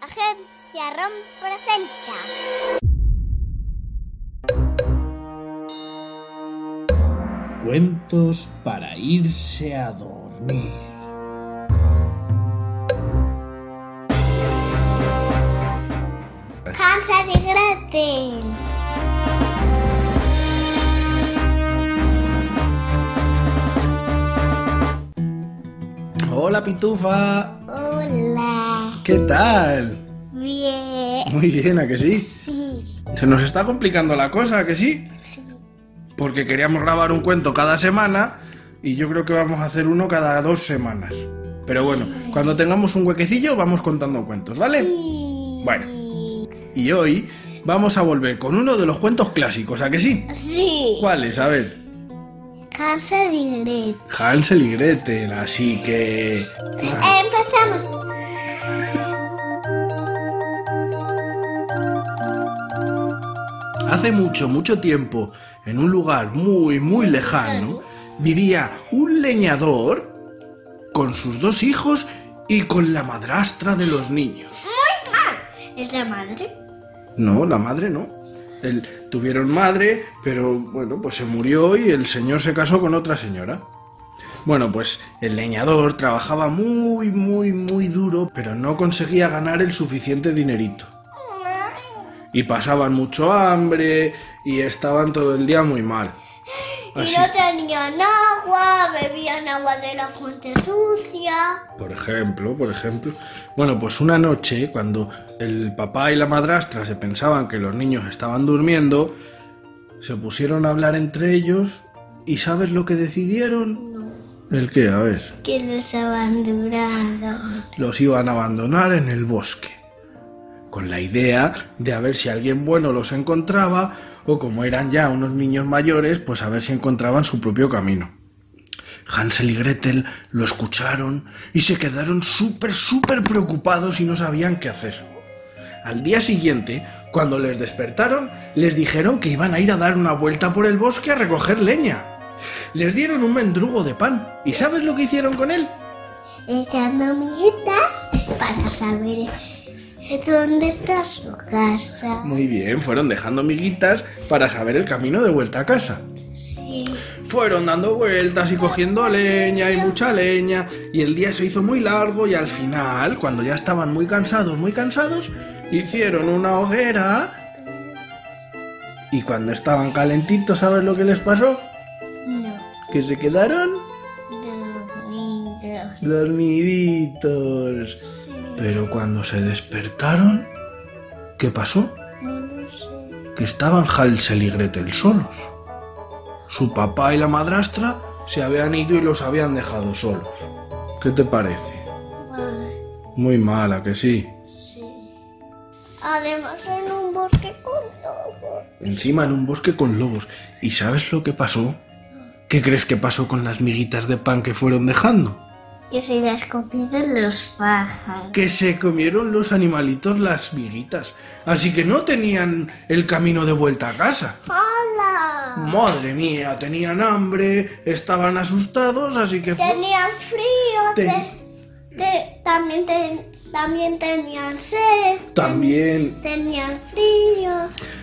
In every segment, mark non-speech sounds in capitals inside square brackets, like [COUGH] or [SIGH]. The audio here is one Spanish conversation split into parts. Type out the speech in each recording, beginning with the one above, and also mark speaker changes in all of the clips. Speaker 1: Agencia ROM presenta.
Speaker 2: Cuentos para irse a dormir.
Speaker 1: Hansa y Gretel.
Speaker 2: Hola Pitufa,
Speaker 1: Hola.
Speaker 2: ¿qué tal?
Speaker 1: Bien.
Speaker 2: Muy bien, ¿a que sí?
Speaker 1: Sí.
Speaker 2: Se nos está complicando la cosa, ¿a que sí?
Speaker 1: Sí.
Speaker 2: Porque queríamos grabar un cuento cada semana y yo creo que vamos a hacer uno cada dos semanas. Pero bueno, cuando tengamos un huequecillo vamos contando cuentos, ¿vale? Bueno. Y hoy vamos a volver con uno de los cuentos clásicos, ¿a que sí?
Speaker 1: Sí.
Speaker 2: ¿Cuáles? A ver.
Speaker 1: Hansa y Gretel.
Speaker 2: Hansel y Gretel, así que...
Speaker 1: Empezamos.
Speaker 2: Hace mucho, mucho tiempo, en un lugar muy, muy lejano, vivía un leñador con sus dos hijos y con la madrastra de los niños.
Speaker 1: ¿Es la madre?
Speaker 2: No, la madre no. Él, tuvieron madre, pero bueno, pues se murió y el señor se casó con otra señora. Bueno, pues el leñador trabajaba muy, muy, muy duro, pero no conseguía ganar el suficiente dinerito. Y pasaban mucho hambre y estaban todo el día muy mal. Así,
Speaker 1: Y no tenían agua, bebían agua de la fuente sucia.
Speaker 2: por ejemplo, por ejemplo. Bueno, pues una noche, cuando el papá y la madrastra se pensaban que los niños estaban durmiendo, se pusieron a hablar entre ellos y ¿sabes lo que decidieron? ¿El qué? A ver.
Speaker 1: Que los abandonaron.
Speaker 2: los iban a abandonar en el bosque, con la idea de a ver si alguien bueno los encontraba o como eran ya unos niños mayores, pues a ver si encontraban su propio camino. Hansel y Gretel lo escucharon y se quedaron súper, súper preocupados y no sabían qué hacer. Al día siguiente, cuando les despertaron, les dijeron que iban a ir a dar una vuelta por el bosque a recoger leña. Les dieron un mendrugo de pan. ¿Y sabes lo que hicieron con él?
Speaker 1: Echando amiguitas para saber dónde está su casa.
Speaker 2: Muy bien, fueron dejando miguitas para saber el camino de vuelta a casa.
Speaker 1: Sí.
Speaker 2: Fueron dando vueltas y cogiendo leña y mucha leña y el día se hizo muy largo y al final, cuando ya estaban muy cansados, muy cansados, hicieron una hoguera y cuando estaban calentitos, ¿sabes lo que les pasó?
Speaker 1: No.
Speaker 2: Que se quedaron
Speaker 1: Dormidos.
Speaker 2: dormiditos. Pero cuando se despertaron, ¿qué pasó?
Speaker 1: No lo sé.
Speaker 2: que estaban Hansel y Gretel solos. Su papá y la madrastra se habían ido y los habían dejado solos. ¿Qué te parece?
Speaker 1: Ay,
Speaker 2: Muy mala que sí.
Speaker 1: sí. Además en un bosque con lobos.
Speaker 2: Encima en un bosque con lobos. ¿Y sabes lo que pasó? ¿Qué crees que pasó con las miguitas de pan que fueron dejando?
Speaker 1: Que se las comieron los pájaros.
Speaker 2: Que se comieron los animalitos las miguitas. Así que no tenían el camino de vuelta a casa.
Speaker 1: ¡Hola!
Speaker 2: Madre mía, tenían hambre, estaban asustados, así que... fue-
Speaker 1: Tenían frío.
Speaker 2: Te-
Speaker 1: te- te- también, te- también tenían sed.
Speaker 2: También
Speaker 1: Tenían frío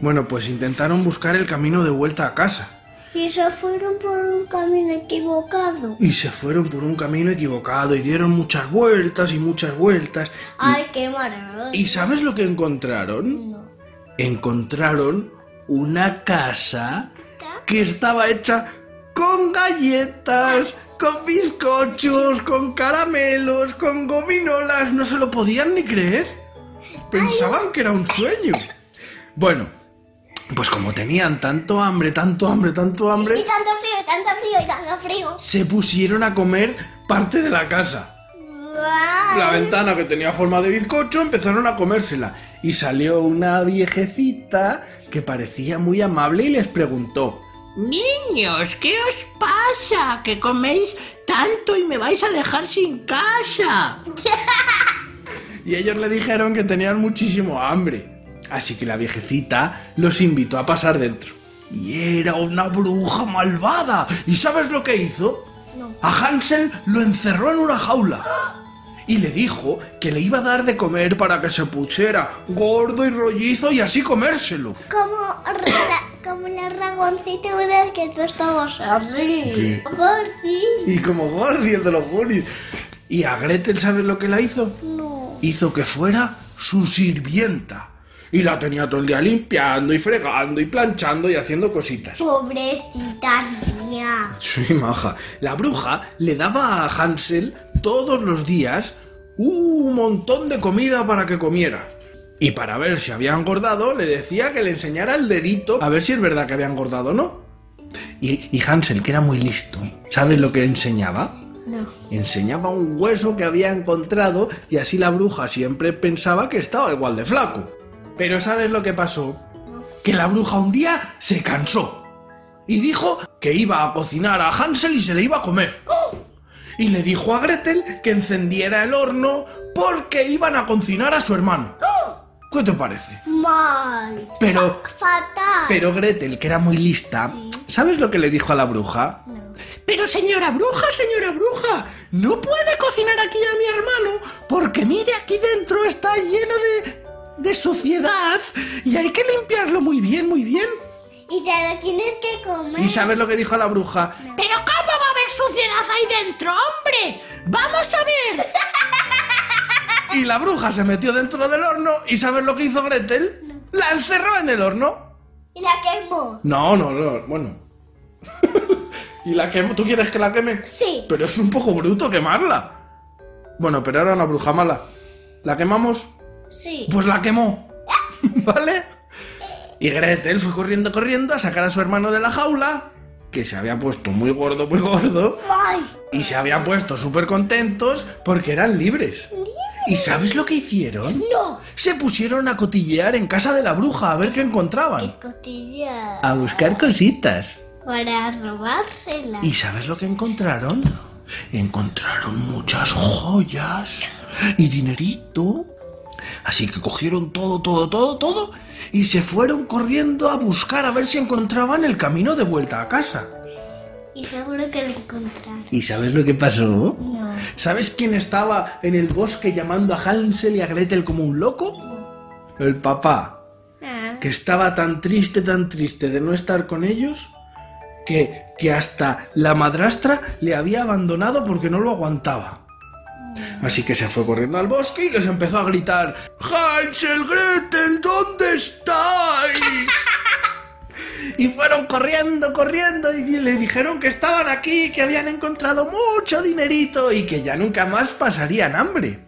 Speaker 2: Bueno, pues intentaron buscar el camino de vuelta a casa
Speaker 1: y se fueron por un camino equivocado.
Speaker 2: y se fueron por un camino equivocado y dieron muchas vueltas y muchas vueltas.
Speaker 1: Ay, qué maravilla.
Speaker 2: ¿Y sabes lo que encontraron?
Speaker 1: No.
Speaker 2: Encontraron una casa
Speaker 1: ¿Está?
Speaker 2: que estaba hecha con galletas, con bizcochos, con caramelos, con gominolas. No se lo podían ni creer. Pensaban que era un sueño. Bueno, pues como tenían tanto hambre, tanto hambre, tanto hambre...
Speaker 1: Y tanto frío, y tanto frío, y tanto frío.
Speaker 2: se pusieron a comer parte de la casa.
Speaker 1: igual.
Speaker 2: la ventana que tenía forma de bizcocho, empezaron a comérsela. Y salió una viejecita que parecía muy amable y les preguntó.
Speaker 3: Niños, ¿qué os pasa? Que coméis tanto y me vais a dejar sin casa.
Speaker 2: Y ellos le dijeron que tenían muchísimo hambre. Así que la viejecita los invitó a pasar dentro. Y era una bruja malvada. ¿Y sabes lo que hizo? A Hansel lo encerró en una jaula. Y le dijo que le iba a dar de comer para que se pusiera gordo y rollizo y así comérselo.
Speaker 1: Como, la, como las ragoncitudes que tú estamos así.
Speaker 2: Sí.
Speaker 1: Por sí.
Speaker 2: Y como Gordy, el de los Goonies. ¿Y a Gretel sabes lo que la hizo?
Speaker 1: No.
Speaker 2: hizo que fuera su sirvienta. Y la tenía todo el día limpiando y fregando y planchando y haciendo cositas.
Speaker 1: Pobrecita niña.
Speaker 2: Sí, maja. La bruja le daba a Hansel todos los días un montón de comida para que comiera. Y para ver si había engordado, le decía que le enseñara el dedito a ver si es verdad que había engordado o no. Y, y Hansel, que era muy listo, ¿sabes lo que enseñaba?
Speaker 1: No.
Speaker 2: enseñaba un hueso que había encontrado y así la bruja siempre pensaba que estaba igual de flaco. Pero ¿sabes lo que pasó? Que la bruja un día se cansó y dijo que iba a cocinar a Hansel y se le iba a comer. Y le dijo a Gretel que encendiera el horno porque iban a cocinar a su hermano. ¿Qué te parece?
Speaker 1: Mal.
Speaker 2: Pero,
Speaker 1: Fatal.
Speaker 2: pero Gretel, que era muy lista, ¿sabes lo que le dijo a la bruja? Pero señora bruja, señora bruja, no puede cocinar aquí a mi hermano porque mire aquí dentro está lleno de, de suciedad y hay que limpiarlo muy bien, muy bien.
Speaker 1: Y te lo tienes que comer.
Speaker 2: ¿Y sabes lo que dijo la bruja?
Speaker 3: ¿Pero cómo va a haber suciedad ahí dentro, hombre? ¡Vamos a ver!
Speaker 2: Y la bruja se metió dentro del horno y ¿sabes lo que hizo Gretel? La encerró en el horno.
Speaker 1: [LAUGHS] Y la quemo.
Speaker 2: No, no, no, bueno. [LAUGHS] ¿Y la quemo? ¿Tú quieres que la queme?
Speaker 1: Sí.
Speaker 2: Pero es un poco bruto quemarla. Bueno, pero era una bruja mala. ¿La quemamos?
Speaker 1: Sí.
Speaker 2: Pues la quemó. [LAUGHS] ¿Vale? Y Gretel fue corriendo, corriendo a sacar a su hermano de la jaula, que se había puesto muy gordo, muy gordo,
Speaker 1: Ay.
Speaker 2: y se había puesto súper contentos porque eran libres. ¿Y sabes lo que hicieron?
Speaker 1: No.
Speaker 2: Se pusieron a cotillear en casa de la bruja a ver qué encontraban.
Speaker 1: Escotilla.
Speaker 2: A buscar cositas.
Speaker 1: Para robársela.
Speaker 2: ¿Y sabes lo que encontraron? Encontraron muchas joyas y dinerito. Así que cogieron todo, todo, todo, todo y se fueron corriendo a buscar a ver si encontraban el camino de vuelta a casa.
Speaker 1: Y seguro que la encontraron.
Speaker 2: ¿Y sabes lo que pasó?
Speaker 1: No.
Speaker 2: ¿Sabes quién estaba en el bosque llamando a Hansel y a Gretel como un loco? El papá.
Speaker 1: Ah.
Speaker 2: que estaba tan triste, tan triste de no estar con ellos, que, que hasta la madrastra le había abandonado porque no lo aguantaba. Así que se fue corriendo al bosque y les empezó a gritar, Hansel, Gretel, ¿dónde estáis? [LAUGHS] Y fueron corriendo, corriendo y le dijeron que estaban aquí, que habían encontrado mucho dinerito y que ya nunca más pasarían hambre.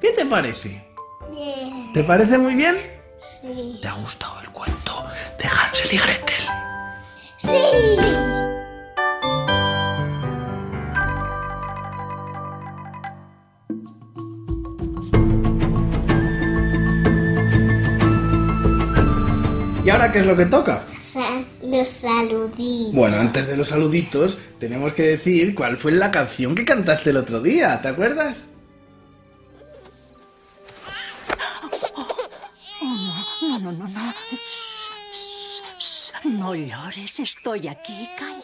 Speaker 2: ¿Qué te parece?
Speaker 1: Bien.
Speaker 2: ¿Te parece muy bien?
Speaker 1: Sí.
Speaker 2: ¿Te ha gustado el cuento de Hansel y Gretel?
Speaker 1: Sí.
Speaker 2: ¿Y ahora qué es lo que toca?
Speaker 1: Sa- Los saludí.
Speaker 2: Bueno, antes de los saluditos, tenemos que decir cuál fue la canción que cantaste el otro día, ¿te acuerdas?
Speaker 4: No, no, no, no. No llores, estoy aquí. Calla,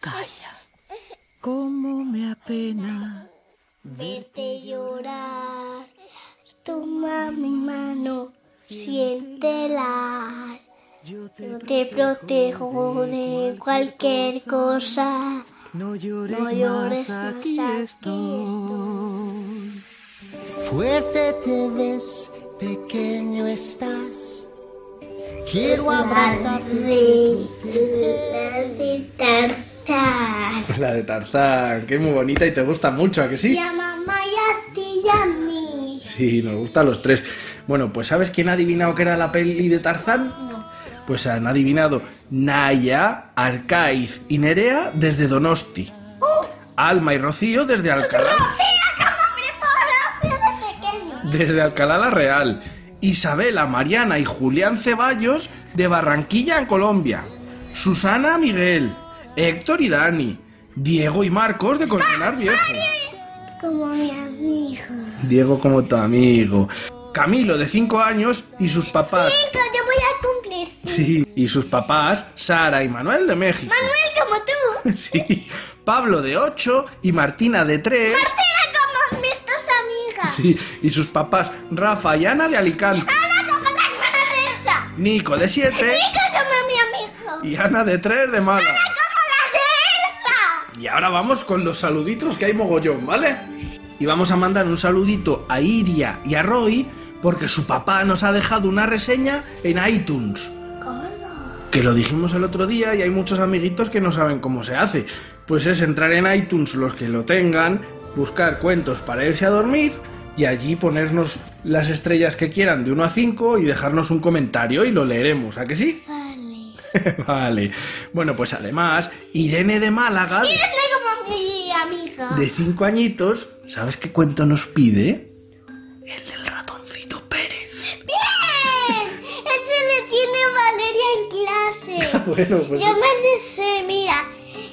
Speaker 4: calla. Cómo me apena.
Speaker 1: Verte llorar. Toma mi mano. Siéntela.
Speaker 4: Yo te
Speaker 1: Yo te protejo de cualquier cosa.
Speaker 4: no llores,
Speaker 1: No llores más, aquí
Speaker 4: estoy.
Speaker 5: Fuerte te ves, pequeño estás. Quiero abrazarte.
Speaker 1: De la de Tarzán.
Speaker 2: Pues La de Tarzán, que es muy bonita y te gusta mucho, ¿a que
Speaker 1: Y
Speaker 2: sí?
Speaker 1: a mamá y a ti y a mí.
Speaker 2: Sí, nos gustan los tres. Bueno, pues ¿sabes quién ha adivinado que era la peli de Tarzán?
Speaker 1: No.
Speaker 2: Pues han adivinado Naya, Arcaiz y Nerea desde Donosti. Alma y Rocío desde Alcalá.
Speaker 1: ¡Mira qué nombre
Speaker 2: desde Alcalá la Real, Isabela, Mariana y Julián Ceballos de Barranquilla en Colombia, Susana, Miguel, Héctor y Dani, Diego y Marcos de Colmenar Viejo.
Speaker 1: Como mi amigo.
Speaker 2: Diego como tu amigo. Camilo de 5 años y sus papás.
Speaker 1: Cinco, yo voy a cumplir.
Speaker 2: Sí, y sus papás, Sara y Manuel de México.
Speaker 1: Manuel, como tú.
Speaker 2: [LAUGHS] Sí, Pablo de 8 y Martina de 3.
Speaker 1: Martina, como mis dos amigas.
Speaker 2: Sí, y sus papás, Rafa y Ana de Alicante.
Speaker 1: Ana, como la hermana de Elsa.
Speaker 2: Nico de 7
Speaker 1: Nico, como mi amigo.
Speaker 2: y Ana de 3 de Málaga.
Speaker 1: Como la de Elsa.
Speaker 2: Y ahora vamos con los saluditos que hay mogollón, ¿vale? Y vamos a mandar un saludito a Iria y a Roy porque su papá nos ha dejado una reseña en iTunes. Que lo dijimos el otro día y hay muchos amiguitos que no saben cómo se hace. Pues es entrar en iTunes los que lo tengan, buscar cuentos para irse a dormir y allí ponernos las estrellas que quieran de 1 a 5 y dejarnos un comentario y lo leeremos, ¿a que sí? [LAUGHS]
Speaker 1: Vale.
Speaker 2: vale. Bueno, pues además, Irene de Málaga...
Speaker 1: Irene, como mi amiga.
Speaker 2: de cinco añitos, ¿sabes qué cuento nos pide? El del ratoncito Pérez.
Speaker 1: ¡Bien! Ese le tiene Valeria en
Speaker 2: [LAUGHS]
Speaker 1: clase.
Speaker 2: Bueno, pues.
Speaker 1: Yo me lo sé, mira.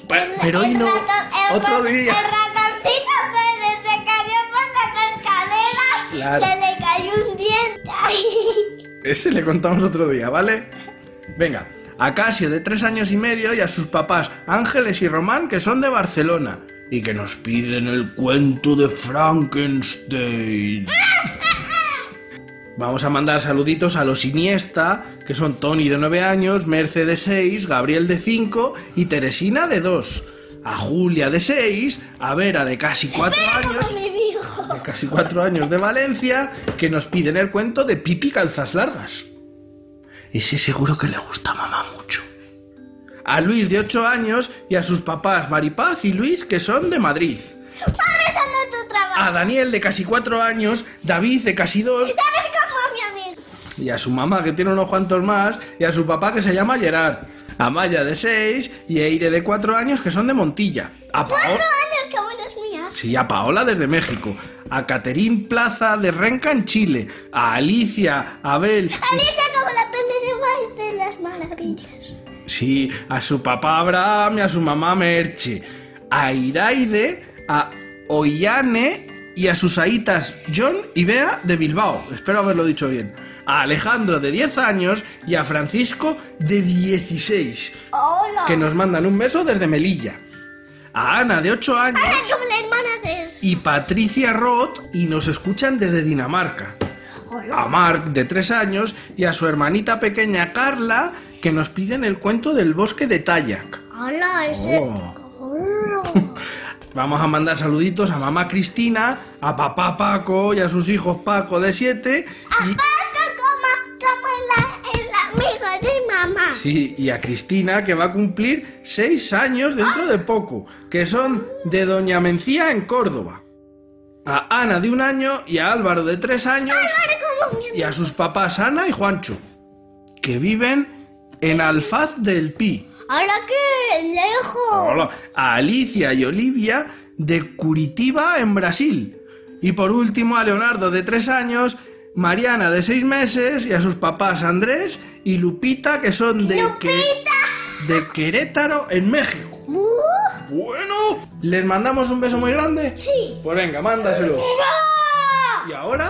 Speaker 2: Pe- pero hoy no. Otro
Speaker 1: rato-
Speaker 2: día.
Speaker 1: El ratoncito Pérez se cayó por las escaleras.
Speaker 2: Claro.
Speaker 1: Se le cayó un diente. [LAUGHS] Ay,
Speaker 2: Ese le contamos otro día, ¿vale? Venga, a Casio de tres años y medio y a sus papás Ángeles y Román, que son de Barcelona. Y que nos piden el cuento de Frankenstein. Vamos a mandar saluditos a los Iniesta, que son Tony de 9 años, Merce de 6, Gabriel de 5 y Teresina de 2. A Julia de 6, a Vera de casi 4 años,
Speaker 1: mi hijo.
Speaker 2: de casi 4 años de Valencia, que nos piden el cuento de Pipi Calzas Largas. Ese seguro que le gusta a mamá mucho. A Luis de 8 años y a sus papás Maripaz y Luis, que son de Madrid.
Speaker 1: Padre, dando tu trabajo.
Speaker 2: A Daniel de casi 4 años, David de casi 2
Speaker 1: Dame como mi amigo.
Speaker 2: y a su mamá que tiene unos cuantos más y a su papá que se llama Gerard, a Maya de 6 y a Eire de 4 años que son de Montilla, a Paola,
Speaker 1: Cuatro años como las mías.
Speaker 2: sí, a Paola desde México, a Caterín Plaza de Renca en Chile, a Alicia, a Abel,
Speaker 1: Alicia, como la peli de Maíz de las maravillas.
Speaker 2: sí, a su papá Abraham y a su mamá Merche, a Iraide, a Oyane y a sus ahitas John y Bea de Bilbao, espero haberlo dicho bien. A Alejandro de 10 años y a Francisco de 16.
Speaker 1: Hola.
Speaker 2: que nos mandan un beso desde Melilla. A Ana, de 8
Speaker 1: Ana,
Speaker 2: años,
Speaker 1: como la hermana de Elsa.
Speaker 2: y Patricia Roth, y nos escuchan desde Dinamarca. A Mark, de 3 años, y a su hermanita pequeña Carla, que nos piden el cuento del bosque de Tayak.
Speaker 1: Hola, ese.
Speaker 2: Oh.
Speaker 1: Hola.
Speaker 2: Vamos a mandar saluditos a mamá Cristina, a papá Paco y a sus hijos Paco, de 7, y...
Speaker 1: Paco, como, como la- el amigo de mamá.
Speaker 2: Sí, y a Cristina, que va a cumplir seis años dentro de poco, que son de Doña Mencía en Córdoba. A Ana de un año y a Álvaro de tres años
Speaker 1: Ahora como mi
Speaker 2: y a sus papás Ana y Juancho, que viven en Alfaz del Pi.
Speaker 1: Ahora que lejos.
Speaker 2: Hola. A Alicia y Olivia de Curitiba en Brasil. Y por último a Leonardo de tres años, Mariana de seis meses y a sus papás Andrés y Lupita, que son de... que- de Querétaro en México. Bueno, les mandamos un beso muy grande.
Speaker 1: Sí.
Speaker 2: Pues venga, mándaselo. Y ahora,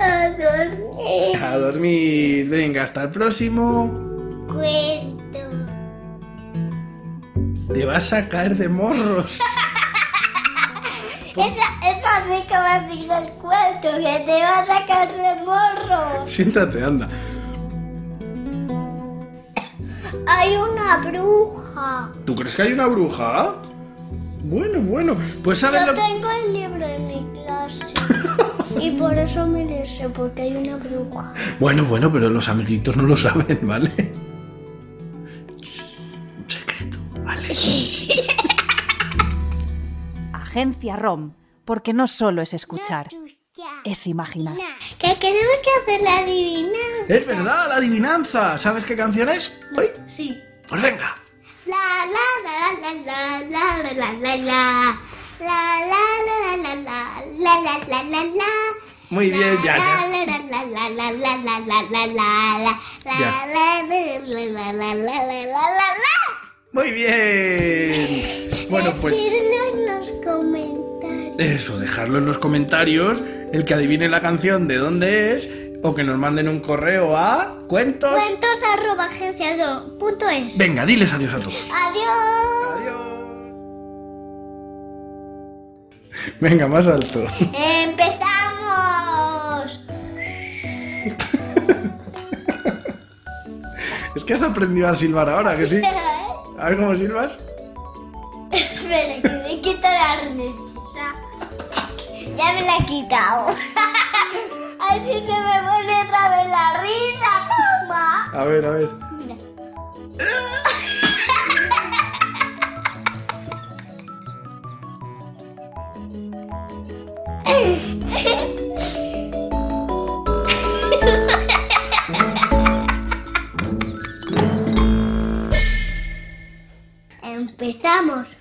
Speaker 1: A dormir.
Speaker 2: a dormir. Venga, hasta el próximo.
Speaker 1: Cuento.
Speaker 2: Te vas a caer de morros.
Speaker 1: Esa, es así que va a seguir el cuento, que te va a sacar de morro.
Speaker 2: Siéntate, anda.
Speaker 1: Hay una bruja.
Speaker 2: ¿Tú crees que hay una bruja? Bueno, bueno. Pues sabes
Speaker 1: Yo
Speaker 2: lo
Speaker 1: tengo el libro en mi clase.
Speaker 2: [LAUGHS]
Speaker 1: y por eso me lo sé, porque hay una bruja.
Speaker 2: Bueno, bueno, pero los amiguitos no lo saben, ¿vale? Un secreto, ¿vale?
Speaker 6: Agencia ROM, porque no solo es escuchar, es imaginar.
Speaker 1: Que tenemos que hacer la adivinanza.
Speaker 2: Es verdad, la adivinanza. ¿Sabes qué canción es? Ay,
Speaker 1: Sí.
Speaker 2: Pues venga.
Speaker 1: La la la la la la la la la la la la la la la la la la la la
Speaker 2: Muy bien, ya, ya. Muy bien. Bueno, pues
Speaker 1: Decirlo en los comentarios.
Speaker 2: eso, dejarlo en los comentarios, el que adivine la canción de dónde es, o que nos manden un correo a cuentos.
Speaker 1: Cuentos arroba agencia do- punto es.
Speaker 2: Venga, diles adiós a todos. [LAUGHS]
Speaker 1: Adiós.
Speaker 2: Adiós. Venga, más
Speaker 1: [LAUGHS]
Speaker 2: alto.
Speaker 1: ¡Empezamos!
Speaker 2: Es que has aprendido a silbar ahora, que sí. A ver cómo silbas.
Speaker 1: Espera, que me quito la risa. Ya me la he quitado. [LAUGHS] Así se me pone otra vez la risa, toma.
Speaker 2: A ver, a ver.
Speaker 1: Mira. [LAUGHS] Empezamos.